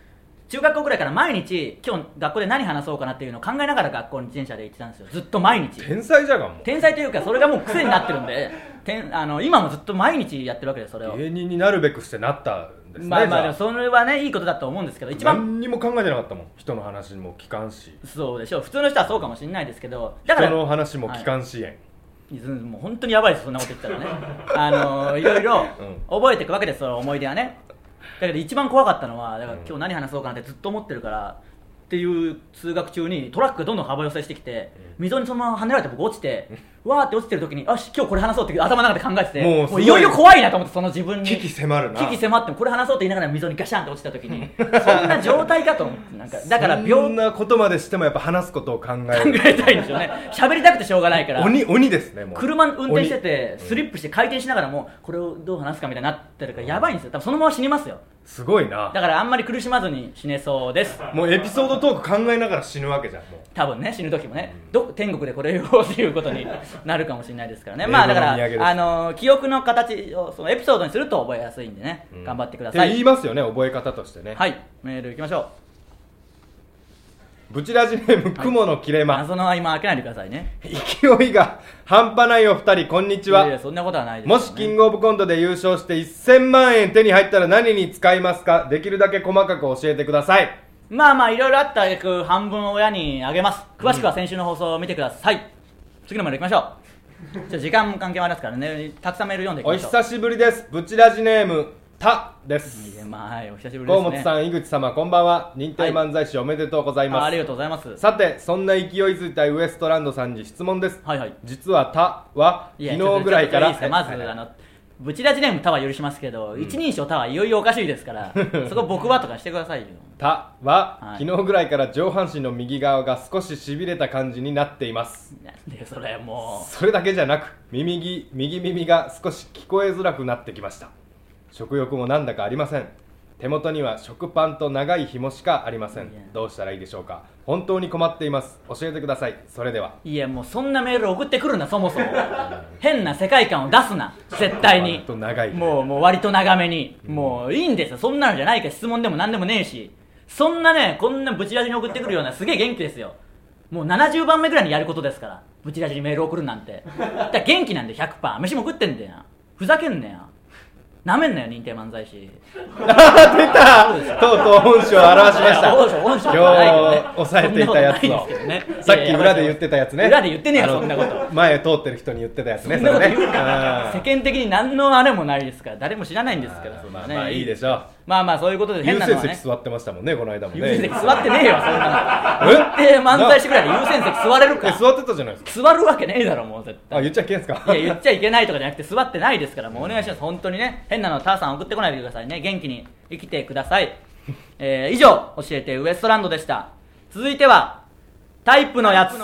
[SPEAKER 1] 中学校ぐらいから毎日今日学校で何話そうかなっていうのを考えながら学校に自転車で行ってたんですよずっと毎日
[SPEAKER 2] 天才じゃがんも
[SPEAKER 1] 天才というかそれがもう癖になってるんでてん あの今もずっと毎日やってるわけですそれを
[SPEAKER 2] う芸人になるべくしてなったんですね
[SPEAKER 1] まあまあ
[SPEAKER 2] じ
[SPEAKER 1] で
[SPEAKER 2] ゃ
[SPEAKER 1] もそれはねいいことだと思うんですけど一番
[SPEAKER 2] 何にも考えてなかったもん人の話も聞かんし
[SPEAKER 1] そうでしょう普通の人はそうかもしれないですけどだから
[SPEAKER 2] 人の話も聞かんしえん、
[SPEAKER 1] いずもう本当にやばいですそんなこと言ったら ねあのいろいろ
[SPEAKER 2] う
[SPEAKER 1] 覚えていくわけですよ思い出はねだけど一番怖かったのはだから
[SPEAKER 2] うん
[SPEAKER 1] 今日何話そうかなってずっと思ってるからっていう通学中にトラックがどんどん幅寄せしてきて溝にそのまま跳ねられて僕落ちてわーって落ちてる時によし今日これ話そうって頭の中で考えてて
[SPEAKER 2] もうすごい
[SPEAKER 1] いよいよ怖いなと思ってその自分に
[SPEAKER 2] 危機迫るな
[SPEAKER 1] 危機迫ってもこれ話そうって言いながら溝にガシャンって落ちた時 にそんな状態かと思ってなんかだから
[SPEAKER 2] そん
[SPEAKER 1] 病考
[SPEAKER 2] なことまでしてもやっぱ話すことを考える
[SPEAKER 1] えたいんですよね喋りたくてしょうがないから
[SPEAKER 2] 鬼鬼ですねもう
[SPEAKER 1] 車運転してて
[SPEAKER 2] 鬼
[SPEAKER 1] スリップして回転しながらもこれをどう話すかみたいになってるからやばいんですよ多分そのまま死にますよ
[SPEAKER 2] すごいな
[SPEAKER 1] だからあんまり苦しまずに死ねそうです
[SPEAKER 2] もうエピソードトーク考えながら死ぬわけじゃんもう
[SPEAKER 1] 多分ね死ぬ時もねど天国でこれを言おうっていうことになるかもしれないですからね
[SPEAKER 2] 英語の
[SPEAKER 1] まあだか
[SPEAKER 2] お土産です
[SPEAKER 1] ら、あのー記憶の形をそのエピソードにすると覚えやすいんでね、
[SPEAKER 2] うん
[SPEAKER 1] 頑張ってくださ
[SPEAKER 2] って
[SPEAKER 1] い
[SPEAKER 2] 言いますよね覚え方としてね、
[SPEAKER 1] はいメールいきましょう
[SPEAKER 2] ブチラジネーム雲の切れ間、
[SPEAKER 1] 謎の合間開けないでくださいね
[SPEAKER 2] 勢いが半端ないお二人こんにちはい
[SPEAKER 1] やいやそんなことはないですよ
[SPEAKER 2] も
[SPEAKER 1] ね、
[SPEAKER 2] しキングオブコントで優勝して1000万円手に入ったら何に使いますかできるだけ細かく教えてください
[SPEAKER 1] まあまあいろいろあった挙句半分を親にあげます詳しくは先週の放送を見てください、次のメール行きましょうじゃあ時間も関係もありますからねたくさんメール読んでいき
[SPEAKER 2] お
[SPEAKER 1] ましょう
[SPEAKER 2] 久しぶりですブチラジネームタで
[SPEAKER 1] い
[SPEAKER 2] す
[SPEAKER 1] やまあはいお久しぶりで
[SPEAKER 2] 河
[SPEAKER 1] すね
[SPEAKER 2] 本さん井口様こんばんは認定漫才師おめでとうございます、
[SPEAKER 1] あありがとうございます
[SPEAKER 2] さてそんな勢いづいたウエストランドさんに質問です
[SPEAKER 1] はいはい
[SPEAKER 2] 実は「た」はい
[SPEAKER 1] や
[SPEAKER 2] 昨日ぐらいから
[SPEAKER 1] ちょっとちょっといいですかま ずあのブチラジネームタは許しますけど、一人称タはいよいよおかしいですから そこ僕はとかしてくださいよ
[SPEAKER 2] たは、
[SPEAKER 1] はい
[SPEAKER 2] 昨日ぐらいから上半身の右側が少ししびれた感じになっています
[SPEAKER 1] なんでそれも
[SPEAKER 2] それだけじゃなく右ぎ右耳が少し聞こえづらくなってきました食欲もなんだかありません手元には食パンと長い紐しかありませ
[SPEAKER 1] いや
[SPEAKER 2] んどうしたらいいでしょうか本当に困っています教えてくださいそれでは
[SPEAKER 1] ういやもうそんなメール送ってくるなそも そも変な世界観を出すな絶対に
[SPEAKER 2] パンと長い紐
[SPEAKER 1] もうもう割と長めに、もういいんですよそんなのじゃないから質問でも何でもねえしそんなねこんなブチラジに送ってくるようなすげえ元気ですよもう70番目ぐらいにやることですからブチラジにメール送るなんてだから元気なんで100%飯も食ってんだよなふざけんなよなめんなよ認定漫才師
[SPEAKER 2] あ 出たとうとう本性を表しました
[SPEAKER 1] そうそう本性はないけどね
[SPEAKER 2] 今日抑えていたやつ
[SPEAKER 1] そんな
[SPEAKER 2] を
[SPEAKER 1] ことないですけどね
[SPEAKER 2] さっき裏で言ってたやつね
[SPEAKER 1] 裏で言ってねえよ
[SPEAKER 2] あの
[SPEAKER 1] そんなこと
[SPEAKER 2] 前通ってる人に言ってたやつ
[SPEAKER 1] そ
[SPEAKER 2] ね
[SPEAKER 1] んなこと
[SPEAKER 2] れね
[SPEAKER 1] 言うから
[SPEAKER 2] う
[SPEAKER 1] 世間
[SPEAKER 2] ん
[SPEAKER 1] 的に何のあれもないですから誰も知らないんですからそん
[SPEAKER 2] ま
[SPEAKER 1] な
[SPEAKER 2] あ
[SPEAKER 1] ね
[SPEAKER 2] まあいいでしょう
[SPEAKER 1] まあまあそういうことで変
[SPEAKER 2] 優
[SPEAKER 1] なの
[SPEAKER 2] 先
[SPEAKER 1] は
[SPEAKER 2] 席
[SPEAKER 1] ね
[SPEAKER 2] 座ってましたもんねこの間もね
[SPEAKER 1] 優先席座ってねえよそんなの
[SPEAKER 2] え
[SPEAKER 1] え漫才師ぐらいで優先席座れる
[SPEAKER 2] え
[SPEAKER 1] か
[SPEAKER 2] 座ってたじゃないで すか
[SPEAKER 1] 座るわけねえだろもう絶対
[SPEAKER 2] あ言っちゃいけんすか
[SPEAKER 1] いや言っ ちゃいけないとかじゃなくて座ってないですからもうお願いします本当にね変なのはターさん送ってこないでくださいね元気に生きてくださ い、えー以上教えてウエストランドでした続いてはタイプのやつ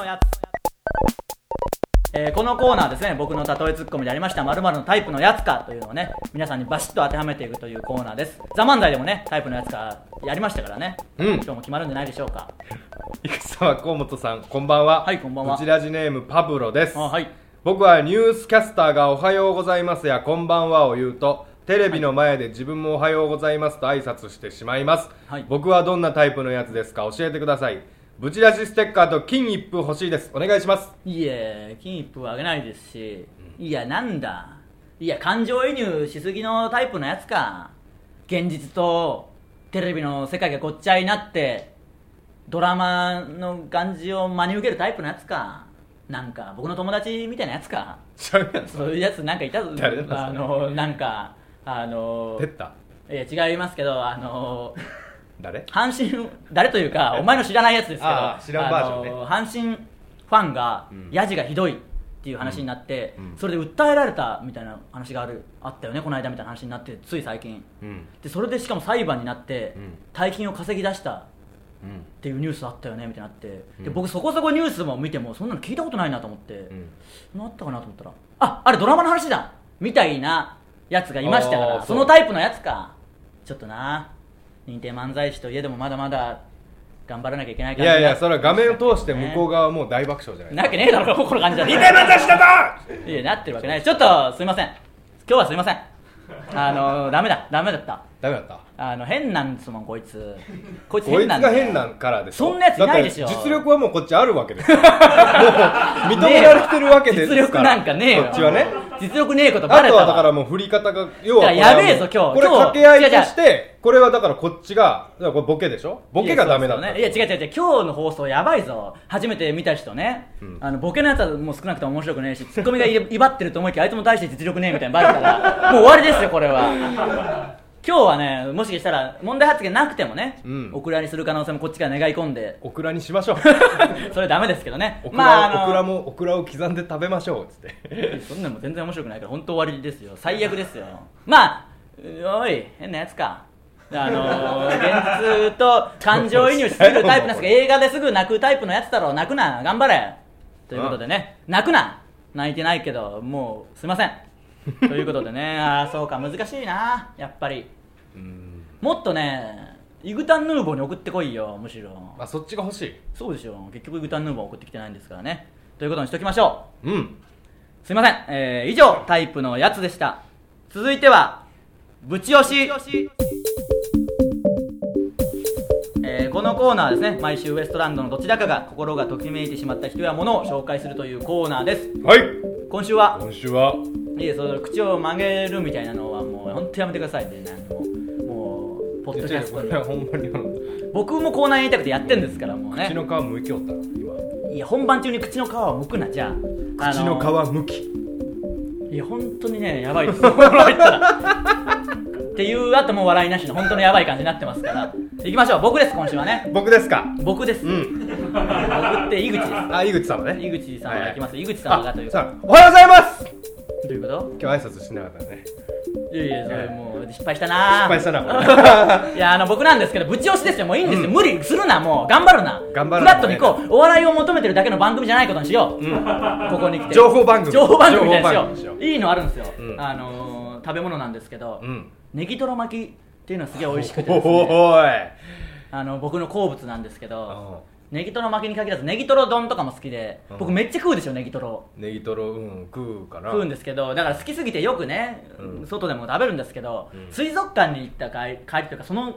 [SPEAKER 1] えーこのコーナーですね僕の例えツッコミでありました〇〇のタイプのやつかというのをね皆さんにバシッと当てはめていくというコーナーです「ザ漫才でもねタイプのやつかやりましたからね、
[SPEAKER 2] うん
[SPEAKER 1] 今日も決まるんじゃないでしょうか
[SPEAKER 2] 生沢河本さんこんばんは
[SPEAKER 1] はいこんばんは
[SPEAKER 2] ブチラジネームパブロです
[SPEAKER 1] あはい
[SPEAKER 2] 僕はニュースキャスターが「おはようございます」や「こんばんは」を言うとテレビの前で自分も「おはようございます」と挨拶してしまいます、
[SPEAKER 1] はい
[SPEAKER 2] 僕はどんなタイプのやつですか教えてくださいブチラジステッカーと金一封欲しいですお願い します
[SPEAKER 1] いや金一封はあげないですし、いやなんだいや感情移入しすぎのタイプのやつか現実とテレビの世界がごっちゃになってドラマの感じを真に受けるタイプのやつかなんか僕の友達みたいなやつか
[SPEAKER 2] ちゃうやん
[SPEAKER 1] そういうやつなんかいたぞ
[SPEAKER 2] 誰なんだそれ
[SPEAKER 1] あのなんかあの
[SPEAKER 2] てった
[SPEAKER 1] いや違いますけどあの
[SPEAKER 2] 誰
[SPEAKER 1] 阪神誰という かお前の知らないやつですけど
[SPEAKER 2] ああ知らんバージョンね
[SPEAKER 1] あの阪神ファンが
[SPEAKER 2] うん
[SPEAKER 1] ヤジがひどいっていう話になって、
[SPEAKER 2] うんうん
[SPEAKER 1] それで訴えられたみたいな話があるあったよねこの間みたいな話になってつい最近
[SPEAKER 2] うん
[SPEAKER 1] でそれでしかも裁判になって、
[SPEAKER 2] うん
[SPEAKER 1] 大金を稼ぎ出した
[SPEAKER 2] うん
[SPEAKER 1] っていうニュースあったよねみたいになってで
[SPEAKER 2] うん
[SPEAKER 1] 僕そこそこニュースも見てもそんなの聞いたことないなと思って、
[SPEAKER 2] うん
[SPEAKER 1] なったかなと思ったらああれドラマの話だみたいなやつがいましたか
[SPEAKER 2] あー
[SPEAKER 1] ら
[SPEAKER 2] そ
[SPEAKER 1] そうのタイプのやつかちょっとな認定漫才師といえどもまだまだ頑張らなきゃいけない
[SPEAKER 2] い
[SPEAKER 1] 感じ
[SPEAKER 2] やいやそれは画面を通して向こう
[SPEAKER 1] う
[SPEAKER 2] 側はもう大爆笑じゃない
[SPEAKER 1] なわけねえだ ろこの感じだ
[SPEAKER 2] 似てませんしたか
[SPEAKER 1] いやなってるわけないちょっとすいません今日はすいませんあのダメだダメだった
[SPEAKER 2] ダメだった
[SPEAKER 1] あの変なんですもんこいつこいつ
[SPEAKER 2] こいつ
[SPEAKER 1] 変なんだ
[SPEAKER 2] が
[SPEAKER 1] よ
[SPEAKER 2] 変なんからでしょ
[SPEAKER 1] そんなやついないでしょ
[SPEAKER 2] だって実力はもうこっちあるわけ ですよもう認められてるわけですから
[SPEAKER 1] 実力なんかねえよ
[SPEAKER 2] こっちはね
[SPEAKER 1] 実力ねえことバ
[SPEAKER 2] あ
[SPEAKER 1] レ
[SPEAKER 2] と
[SPEAKER 1] たわ
[SPEAKER 2] はだからもう振り方が要は
[SPEAKER 1] だから
[SPEAKER 2] これ
[SPEAKER 1] やべえぞ今日
[SPEAKER 2] こ
[SPEAKER 1] 今日
[SPEAKER 2] れ掛け合いと
[SPEAKER 1] 違う違う
[SPEAKER 2] してこれはだからこっちがだからこれボケでしょボケがダメだった
[SPEAKER 1] いやそうですよねいや違う違う違う今日の放送やばいぞ初めて見た人ね、
[SPEAKER 2] うん
[SPEAKER 1] あのボケのやつはもう少なくとも面白くねえしツッコミがい 威張ってると思いきやあいつも大して実力ねえみたいなのバレた らもう終わりですよこれは今日はねもしかしたら問題発言なくてもね、
[SPEAKER 2] うん
[SPEAKER 1] オクラにする可能性もこっちが願い込ん で
[SPEAKER 2] オクラにし ましょう
[SPEAKER 1] それダメですけどね
[SPEAKER 2] オクラ
[SPEAKER 1] あ
[SPEAKER 2] を
[SPEAKER 1] の
[SPEAKER 2] オクラもオクラを刻んで食べましょうっつっ て
[SPEAKER 1] そんなんも全然面白くないから本当終わりですよ最悪ですよまあおい変なやつかあのー、現実と感情移入しすぎるタイプなんですが映画ですぐ泣くタイプのやつだろう泣くな頑張れということでね泣くな泣いてないけどもうすいませんということでねああそうか難しいなやっぱり
[SPEAKER 2] うん
[SPEAKER 1] もっとねイグタンヌーボーに送ってこいよむしろ
[SPEAKER 2] あそっちが欲しい
[SPEAKER 1] そうでしょ結局イグタンヌーボー送ってきてないんですからねということにしときましょう
[SPEAKER 2] うん
[SPEAKER 1] すいません、えー以上タイプのやつでした続いてはぶち押し、えーこのコーナーですね毎週ウエストランドのどちらかが心がときめいてしまった人や物を紹介するというコーナーです
[SPEAKER 2] はい
[SPEAKER 1] 今週は
[SPEAKER 2] 今週はい
[SPEAKER 1] えその口を曲げるみたいなのはもう本当やめてくださいね何ももうポッドキャスト
[SPEAKER 2] い
[SPEAKER 1] で
[SPEAKER 2] や違うこれはほんまにあの
[SPEAKER 1] 僕もコーナーやりたくてやってんですからもう
[SPEAKER 2] 口
[SPEAKER 1] ね
[SPEAKER 2] の皮むきおったら
[SPEAKER 1] いや本番中に口の皮を剥くなじゃあ
[SPEAKER 2] 今口
[SPEAKER 1] あー
[SPEAKER 2] の皮むき
[SPEAKER 1] いや本当にねやばいですよ 笑ったらっていうあともう笑いなしの本当にやばい感じになってますから行きましょう僕です今週はね
[SPEAKER 2] 僕ですか
[SPEAKER 1] 僕です、
[SPEAKER 2] うん
[SPEAKER 1] 僕って井口です
[SPEAKER 2] あ井口さんはね
[SPEAKER 1] 井口さんが行きます、井口さ
[SPEAKER 2] あ
[SPEAKER 1] んがという
[SPEAKER 2] さ
[SPEAKER 1] か
[SPEAKER 2] んおはようございます
[SPEAKER 1] どういうこ
[SPEAKER 2] 今日挨拶してなかったね
[SPEAKER 1] といやいやそれもう失敗したな
[SPEAKER 2] 失敗したなこ
[SPEAKER 1] いやあの僕なんですけどぶち押しですよもういいんですよ、無理するなもう頑張るな
[SPEAKER 2] 頑張る
[SPEAKER 1] フ
[SPEAKER 2] な
[SPEAKER 1] ラットに行こうお笑いを求めてるだけの番組じゃないことにしよう、 ここに来て
[SPEAKER 2] 情報番組
[SPEAKER 1] 情報番組みたいな
[SPEAKER 2] 情報番
[SPEAKER 1] の
[SPEAKER 2] 組
[SPEAKER 1] し
[SPEAKER 2] にし
[SPEAKER 1] よ
[SPEAKER 2] よう
[SPEAKER 1] ういいのあるんですよ、
[SPEAKER 2] うん
[SPEAKER 1] あのー食べ物なんですけど、
[SPEAKER 2] れうん
[SPEAKER 1] ネギトロ巻きっていうのはすげえ美味しくてですね
[SPEAKER 2] おい
[SPEAKER 1] あの僕の好物なんですけど
[SPEAKER 2] あ
[SPEAKER 1] ネギトロ巻きに限らずネギトロ丼とかも好きで
[SPEAKER 2] うん
[SPEAKER 1] 僕めっちゃ食うでしょネギトロ
[SPEAKER 2] ネギトロうん食うかな
[SPEAKER 1] 食うんですけどだから好きすぎてよくね、
[SPEAKER 2] うん
[SPEAKER 1] 外でも食べるんですけど、
[SPEAKER 2] うん
[SPEAKER 1] 水族館に行った帰帰りというかその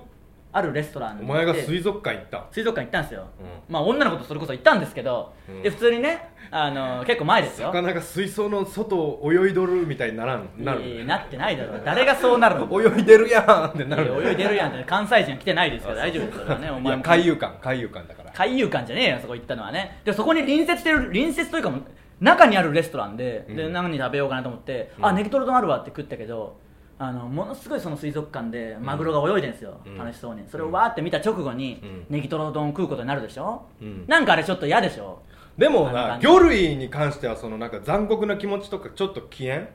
[SPEAKER 1] あるレストラン
[SPEAKER 2] お
[SPEAKER 1] に
[SPEAKER 2] 前が
[SPEAKER 1] 行って
[SPEAKER 2] 水族館行ったん
[SPEAKER 1] 水族館行ったんですよ、
[SPEAKER 2] う
[SPEAKER 1] まあ女の子とそれこそ行ったんですけど、
[SPEAKER 2] うん
[SPEAKER 1] で普通にねあの結構前ですよ
[SPEAKER 2] 魚が水槽の外を泳いどるみたいにならんなる
[SPEAKER 1] いやなってないだろう誰がそうなる の
[SPEAKER 2] 泳いでるやんってなる
[SPEAKER 1] いや泳いでるやんって関西人は来てないですから大丈夫ですからねお
[SPEAKER 2] い
[SPEAKER 1] 前
[SPEAKER 2] や
[SPEAKER 1] も
[SPEAKER 2] 海遊館海遊館だから
[SPEAKER 1] 海遊館じゃねえよそこ行ったのはねでそこに隣接してる隣接というかもう中にあるレストランで,、
[SPEAKER 2] う
[SPEAKER 1] で
[SPEAKER 2] ん
[SPEAKER 1] 何食べようかなと思って、
[SPEAKER 2] うん
[SPEAKER 1] あネギトロ丼あるわって食ったけどあのものすごいその水族館でマグロが泳いでるんですよ、
[SPEAKER 2] うん
[SPEAKER 1] 楽しそうにそれをわーって見た直後に、
[SPEAKER 2] うん
[SPEAKER 1] ネギトロ丼食うことになるでしょ、
[SPEAKER 2] うん
[SPEAKER 1] なんかあれちょっと嫌でしょ
[SPEAKER 2] でも
[SPEAKER 1] あ
[SPEAKER 2] な
[SPEAKER 1] の
[SPEAKER 2] 魚類に関してはそのなんか残酷な気持ちとかちょっと消えん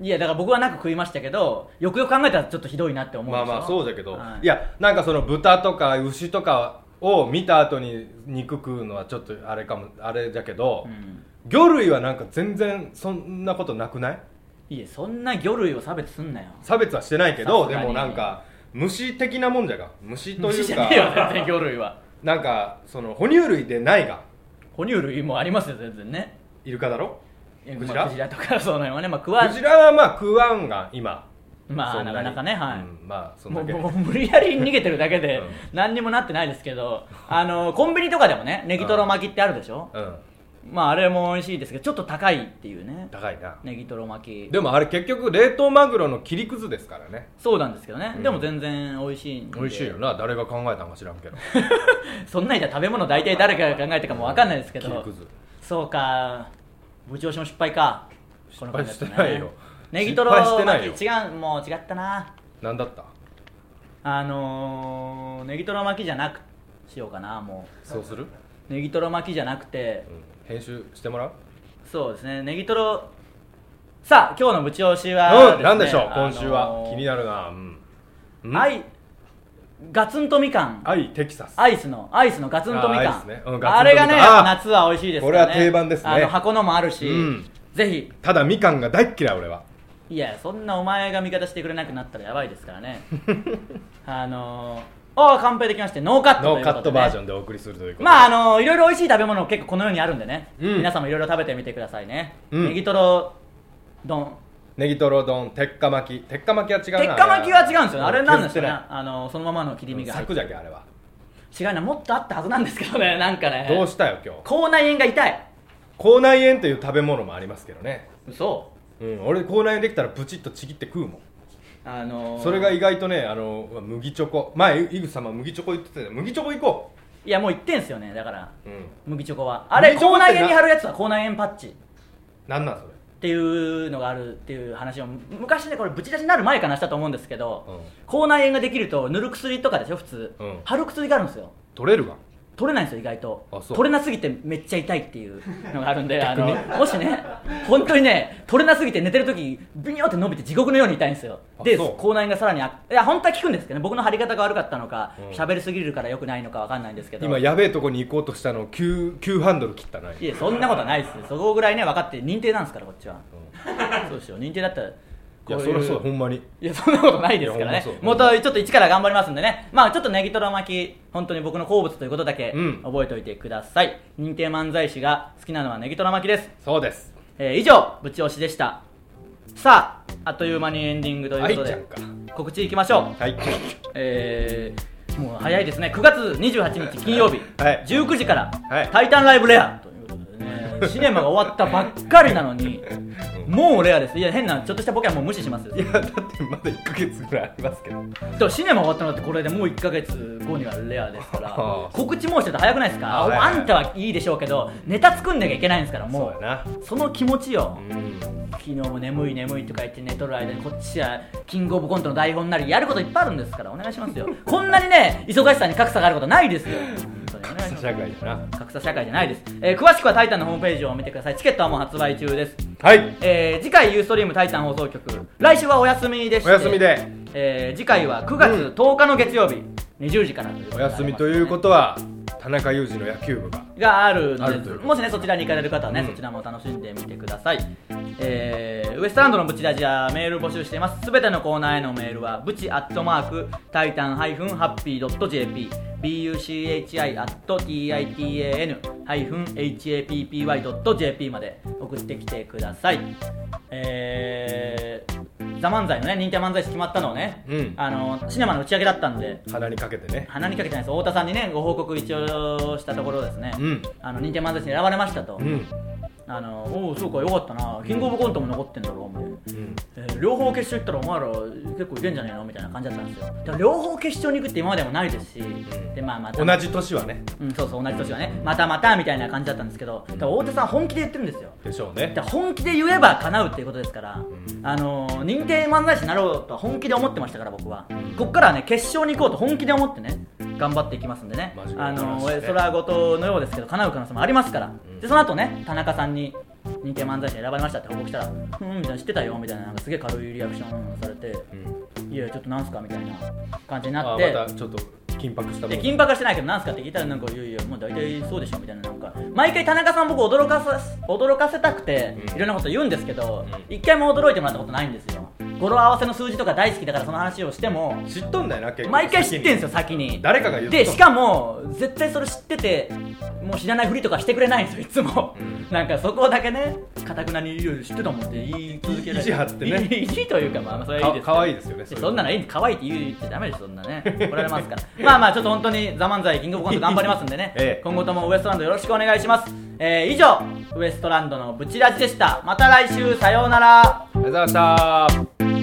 [SPEAKER 1] いやだから僕はなく食いましたけどよくよく考えたらちょっとひどいなって思うで
[SPEAKER 2] ま
[SPEAKER 1] し
[SPEAKER 2] あ
[SPEAKER 1] ょ
[SPEAKER 2] まあそうだけど、、
[SPEAKER 1] はい
[SPEAKER 2] やなんかその豚とか牛とかを見た後に肉食うのはちょっとあれかもあれだけど
[SPEAKER 1] う、ん
[SPEAKER 2] 魚類はなんか全然そんなことなくない
[SPEAKER 1] いやそんな魚類を差別すんなよ
[SPEAKER 2] 差別はしてないけど
[SPEAKER 1] さす
[SPEAKER 2] で
[SPEAKER 1] がに
[SPEAKER 2] もなんか虫的なもんじゃが虫と
[SPEAKER 1] 虫
[SPEAKER 2] い
[SPEAKER 1] じ
[SPEAKER 2] う
[SPEAKER 1] ゃねえよ
[SPEAKER 2] か
[SPEAKER 1] 全然魚類は
[SPEAKER 2] なんかその哺乳類でないが
[SPEAKER 1] 哺乳類もありますよ全然ね
[SPEAKER 2] イルカだろクジ
[SPEAKER 1] まあ
[SPEAKER 2] ラ
[SPEAKER 1] クジラとか その辺はねまあ食わ
[SPEAKER 2] クジラはまあ食わんが今
[SPEAKER 1] ま
[SPEAKER 2] そ
[SPEAKER 1] あ
[SPEAKER 2] ん
[SPEAKER 1] な
[SPEAKER 2] に
[SPEAKER 1] かなかねはい、
[SPEAKER 2] うんまあそん
[SPEAKER 1] も
[SPEAKER 2] だ
[SPEAKER 1] う
[SPEAKER 2] け
[SPEAKER 1] もう無理やり逃げてるだけで
[SPEAKER 2] うん
[SPEAKER 1] 何にもなってないですけどあのコンビニとかでもねネギトロ巻きってあるでしょ、
[SPEAKER 2] うん
[SPEAKER 1] まああれも美味しいですけどちょっと高いっていうね
[SPEAKER 2] 高いな
[SPEAKER 1] ネギトロ巻き
[SPEAKER 2] でもあれ結局冷凍マグロの切りくずですからね
[SPEAKER 1] そうなんですけどね、
[SPEAKER 2] うん
[SPEAKER 1] でも全然美味しいんで
[SPEAKER 2] 美味しいよな誰が考えたんか知らんけど
[SPEAKER 1] そんなんじゃ食べ物大体誰が考えたかもわかんないですけ
[SPEAKER 2] 切り
[SPEAKER 1] ど
[SPEAKER 2] くず
[SPEAKER 1] そうか部長氏も失敗かこの感じだと
[SPEAKER 2] 失敗してないよ
[SPEAKER 1] ネギトロ
[SPEAKER 2] 失敗してないよ
[SPEAKER 1] 巻き違うもう違ったな
[SPEAKER 2] 何だった
[SPEAKER 1] あのー、ネギトロ巻きじゃなくしようかなも
[SPEAKER 2] そうする、
[SPEAKER 1] うネギトロ巻きじゃなくて
[SPEAKER 2] うん、編集してもらう
[SPEAKER 1] そうですねネギトロさあ今日のぶち押しは
[SPEAKER 2] うん、なんでしょう今週は、気に
[SPEAKER 1] る
[SPEAKER 2] なるなうんうん
[SPEAKER 1] 愛ガツンとみかん
[SPEAKER 2] 愛テキサス
[SPEAKER 1] アイスのアイスのガツンとみ
[SPEAKER 2] あアイ
[SPEAKER 1] か
[SPEAKER 2] ス
[SPEAKER 1] ん
[SPEAKER 2] ねうんガツンとみかん
[SPEAKER 1] あれがね
[SPEAKER 2] あ
[SPEAKER 1] 夏は美味しいですから
[SPEAKER 2] これは定番ですね
[SPEAKER 1] あの箱のもあるし、
[SPEAKER 2] うん
[SPEAKER 1] ぜひ
[SPEAKER 2] ただみかんが大っ嫌い俺はい
[SPEAKER 1] やそんなお前が味方してくれなくなったらやばいですから ねあのー、ああ完璧できましてノーカット
[SPEAKER 2] ノ
[SPEAKER 1] とい
[SPEAKER 2] ー
[SPEAKER 1] う
[SPEAKER 2] カ
[SPEAKER 1] こと
[SPEAKER 2] ット
[SPEAKER 1] で、ね、
[SPEAKER 2] バージョンでお送りするということで
[SPEAKER 1] まああのー、いろいろ美味しい食べ物結構この世にあるんでね、
[SPEAKER 2] うん
[SPEAKER 1] 皆さんもいろいろ食べてみてくださいね、
[SPEAKER 2] うん
[SPEAKER 1] ネギトロ丼
[SPEAKER 2] ネギトロ丼鉄火巻き鉄火巻きは違うな
[SPEAKER 1] 鉄火巻きは違うんですよねあれなんですよね
[SPEAKER 2] 削って
[SPEAKER 1] あのーそのままの切り
[SPEAKER 2] な
[SPEAKER 1] 身
[SPEAKER 2] い
[SPEAKER 1] が入っ
[SPEAKER 2] 柵
[SPEAKER 1] て
[SPEAKER 2] じゃけあれは
[SPEAKER 1] 違うなもっとあったはずなんですけどねなんかね
[SPEAKER 2] どうしたよ今日
[SPEAKER 1] 口内炎が痛い
[SPEAKER 2] 口内炎という食べ物もありますけどね
[SPEAKER 1] 嘘
[SPEAKER 2] うん俺口内炎できたらプチッとちぎって食うもん
[SPEAKER 1] あのー
[SPEAKER 2] それが意外とねあの麦チョコ前井口様麦チョコ言ってたよ麦チョコ行こ
[SPEAKER 1] いやもう言ってんすよねだから
[SPEAKER 2] ううん
[SPEAKER 1] 麦チョコはあれ
[SPEAKER 2] 麦チョ
[SPEAKER 1] 口
[SPEAKER 2] コってな
[SPEAKER 1] 内炎に貼るやつは口内炎パッチ
[SPEAKER 2] なんなんそれ
[SPEAKER 1] っていうのがあるっていう話を昔ねこれぶち出しになる前かなしたと思うんですけど、
[SPEAKER 2] うん
[SPEAKER 1] 口内炎ができると塗る薬とかでしょ普通、
[SPEAKER 2] うん
[SPEAKER 1] 貼る薬があるんですよ
[SPEAKER 2] 取れるが
[SPEAKER 1] 取れないんですよ意外と
[SPEAKER 2] あそう
[SPEAKER 1] 取れなすぎてめっちゃ痛いっていうのがある んであのもしね本当にね取れなすぎて寝てる時ビニョって伸びて地獄のように痛いんですよ
[SPEAKER 2] あ
[SPEAKER 1] で
[SPEAKER 2] そう
[SPEAKER 1] 口内炎がさらに悪いや本当は効くんですけどね僕の張り方が悪かったのか
[SPEAKER 2] うん
[SPEAKER 1] 喋、りすぎるからよくないのかわかんないんですけど
[SPEAKER 2] 今やべえとこに行こうとしたのを急急ハンドル切ったない
[SPEAKER 1] やそんなことはないですよそこぐらいね分かって認定なんですからこっちは、そうですよ認定だったら
[SPEAKER 2] いや
[SPEAKER 1] こ
[SPEAKER 2] そう
[SPEAKER 1] いう
[SPEAKER 2] りゃそうだほんまに
[SPEAKER 1] いやそんなことないですから
[SPEAKER 2] いや
[SPEAKER 1] ね
[SPEAKER 2] ほんまそう
[SPEAKER 1] もっとちょっと一から頑張りますんでねまあちょっとネギトロ巻き本当に僕の好物ということだけ
[SPEAKER 2] うん
[SPEAKER 1] 覚えておいてください、認定漫才師が好きなのはネギトロ巻きです、
[SPEAKER 2] そうです
[SPEAKER 1] えー以上ぶち押しでしたさああっという間にエンディングということ
[SPEAKER 2] はいじゃ
[SPEAKER 1] で
[SPEAKER 2] んか
[SPEAKER 1] 告知いきましょう
[SPEAKER 2] はい
[SPEAKER 1] えーもう早いですね9月28日金曜日、
[SPEAKER 2] はい
[SPEAKER 1] 19時から、
[SPEAKER 2] はい
[SPEAKER 1] タイタンライブレア」ということでねシネマが終わったばっかりなの にもうレアですいや変なちょっとしたボケはもう無視しますよ
[SPEAKER 2] いやだってまだ1ヶ月ぐらいありますけど
[SPEAKER 1] でもシネマ終わったのってこれでもう1ヶ月後にはレアですか
[SPEAKER 2] は
[SPEAKER 1] ら
[SPEAKER 2] あ
[SPEAKER 1] 告知もうちょっと早くないですか、
[SPEAKER 2] はいはいはい
[SPEAKER 1] あんたはいいでしょうけどネタ作んなきゃいけないんですからも
[SPEAKER 2] そうやな
[SPEAKER 1] うその気持ちよ、
[SPEAKER 2] うん
[SPEAKER 1] 昨日も眠い眠いとか言って寝とる間にこっちはキングオブコントの台本なりやることいっぱいあるんですからお願いします よこんなにね忙しさに格差があることないですよ本当にお願いします
[SPEAKER 2] 社会だな
[SPEAKER 1] 格差社会じゃないです、えー詳しくは「タイタン」のホームページを見てくださいチケットはもう発売中です
[SPEAKER 2] はい
[SPEAKER 1] えー次回ユーストリームタイタン放送局来週はお休みでして
[SPEAKER 2] お休みで、
[SPEAKER 1] えー次回は9月10日の月曜日、20時からということ
[SPEAKER 2] お
[SPEAKER 1] で
[SPEAKER 2] 休みということは田中裕二の野球部が
[SPEAKER 1] がある
[SPEAKER 2] あ
[SPEAKER 1] の
[SPEAKER 2] ると
[SPEAKER 1] で
[SPEAKER 2] いうこと
[SPEAKER 1] もしねそちらに行かれる方はね、
[SPEAKER 2] うん
[SPEAKER 1] そちらも楽しんでみてください、えーウエストランドのブチラジはメール募集していますすべてのコーナーへのメールはブチアットマークタイタンハイフンハッピー .jp buchi アット titan ハイフン happy.jp まで送ってきてくださいえー、ザ・漫才のね認定漫才師決まったのをね、
[SPEAKER 2] うん
[SPEAKER 1] あのシネマの打ち上げだったんで
[SPEAKER 2] 鼻にかけてね
[SPEAKER 1] 鼻にかけてないです太田さんにねご報告一応したところですね、
[SPEAKER 2] うん
[SPEAKER 1] あの認定漫才師に選ばれましたと、
[SPEAKER 2] うん
[SPEAKER 1] あのおおそうかよかったなキングオブコントも残ってんだろお前、
[SPEAKER 2] うん
[SPEAKER 1] えー両方決勝行ったらお前ら結構いけんじゃねえのみたいな感じだったんですよだから両方決勝に行くって今までもないですし、でまあまた
[SPEAKER 2] 同じ年はね
[SPEAKER 1] うん、そうそう同じ年はねまたまたみたいな感じだったんですけど、だから太田さん本気で言ってるんですよ
[SPEAKER 2] でしょうね
[SPEAKER 1] だから本気で言えば叶うっていうことですから、
[SPEAKER 2] ん
[SPEAKER 1] あのー認定漫才師になろうとは本気で思ってましたから僕は、
[SPEAKER 2] ん
[SPEAKER 1] こっからはね決勝に行こうと本気で思ってね頑張っていきますんでね
[SPEAKER 2] 真面目な
[SPEAKER 1] あ
[SPEAKER 2] 話
[SPEAKER 1] の
[SPEAKER 2] です
[SPEAKER 1] ー
[SPEAKER 2] ね
[SPEAKER 1] そらごとのようですけど叶う可能性もありますから、
[SPEAKER 2] ん
[SPEAKER 1] でその後ね田中さんに認定漫才師に選ばれましたって報告したら「うん」みたいな「知ってたよ」みたいななんかすげえ軽いリアクションされて
[SPEAKER 2] う
[SPEAKER 1] 「
[SPEAKER 2] ん
[SPEAKER 1] いやちょっとなんすか」みたいな感じにな
[SPEAKER 2] あ
[SPEAKER 1] っ
[SPEAKER 2] ま
[SPEAKER 1] て
[SPEAKER 2] たちょっと緊迫したも
[SPEAKER 1] で
[SPEAKER 2] の
[SPEAKER 1] 緊迫はしてないけどなんすかって聞いたらなんかいやいやもう大体そうでしょみたいななんか毎回田中さん僕驚かせ驚かせたくて
[SPEAKER 2] うん
[SPEAKER 1] いろんなこと言うんですけど
[SPEAKER 2] う
[SPEAKER 1] 一回も驚いてもらったことないんですよ語呂合わせの数字とか大好きだからその話をしても
[SPEAKER 2] 知っとんだよな結構
[SPEAKER 1] 毎回知ってんす
[SPEAKER 2] よ
[SPEAKER 1] よ先に
[SPEAKER 2] 誰かが言っと
[SPEAKER 1] でしかも絶対それ知っててもう知らないふりとかしてくれないんですよいつも、
[SPEAKER 2] うん
[SPEAKER 1] なんかそこだけねかたくなにいや知ってたもんって言い続けられ
[SPEAKER 2] 意地張ってね
[SPEAKER 1] いい意地というかまあまあそれはいいですけど
[SPEAKER 2] かわいいですよね
[SPEAKER 1] で
[SPEAKER 2] れ
[SPEAKER 1] そんなのいいんです可愛いって言う言っちゃダメですそんなね怒られますからまあまあちょっと本当に「ザ漫才キングオブコント頑張りますんでね、
[SPEAKER 2] ええ
[SPEAKER 1] 今後ともウエストランドよろしくお願いします、えー以上ウエストランドのブチラジでしたまた来週さようなら
[SPEAKER 2] ありがとうございました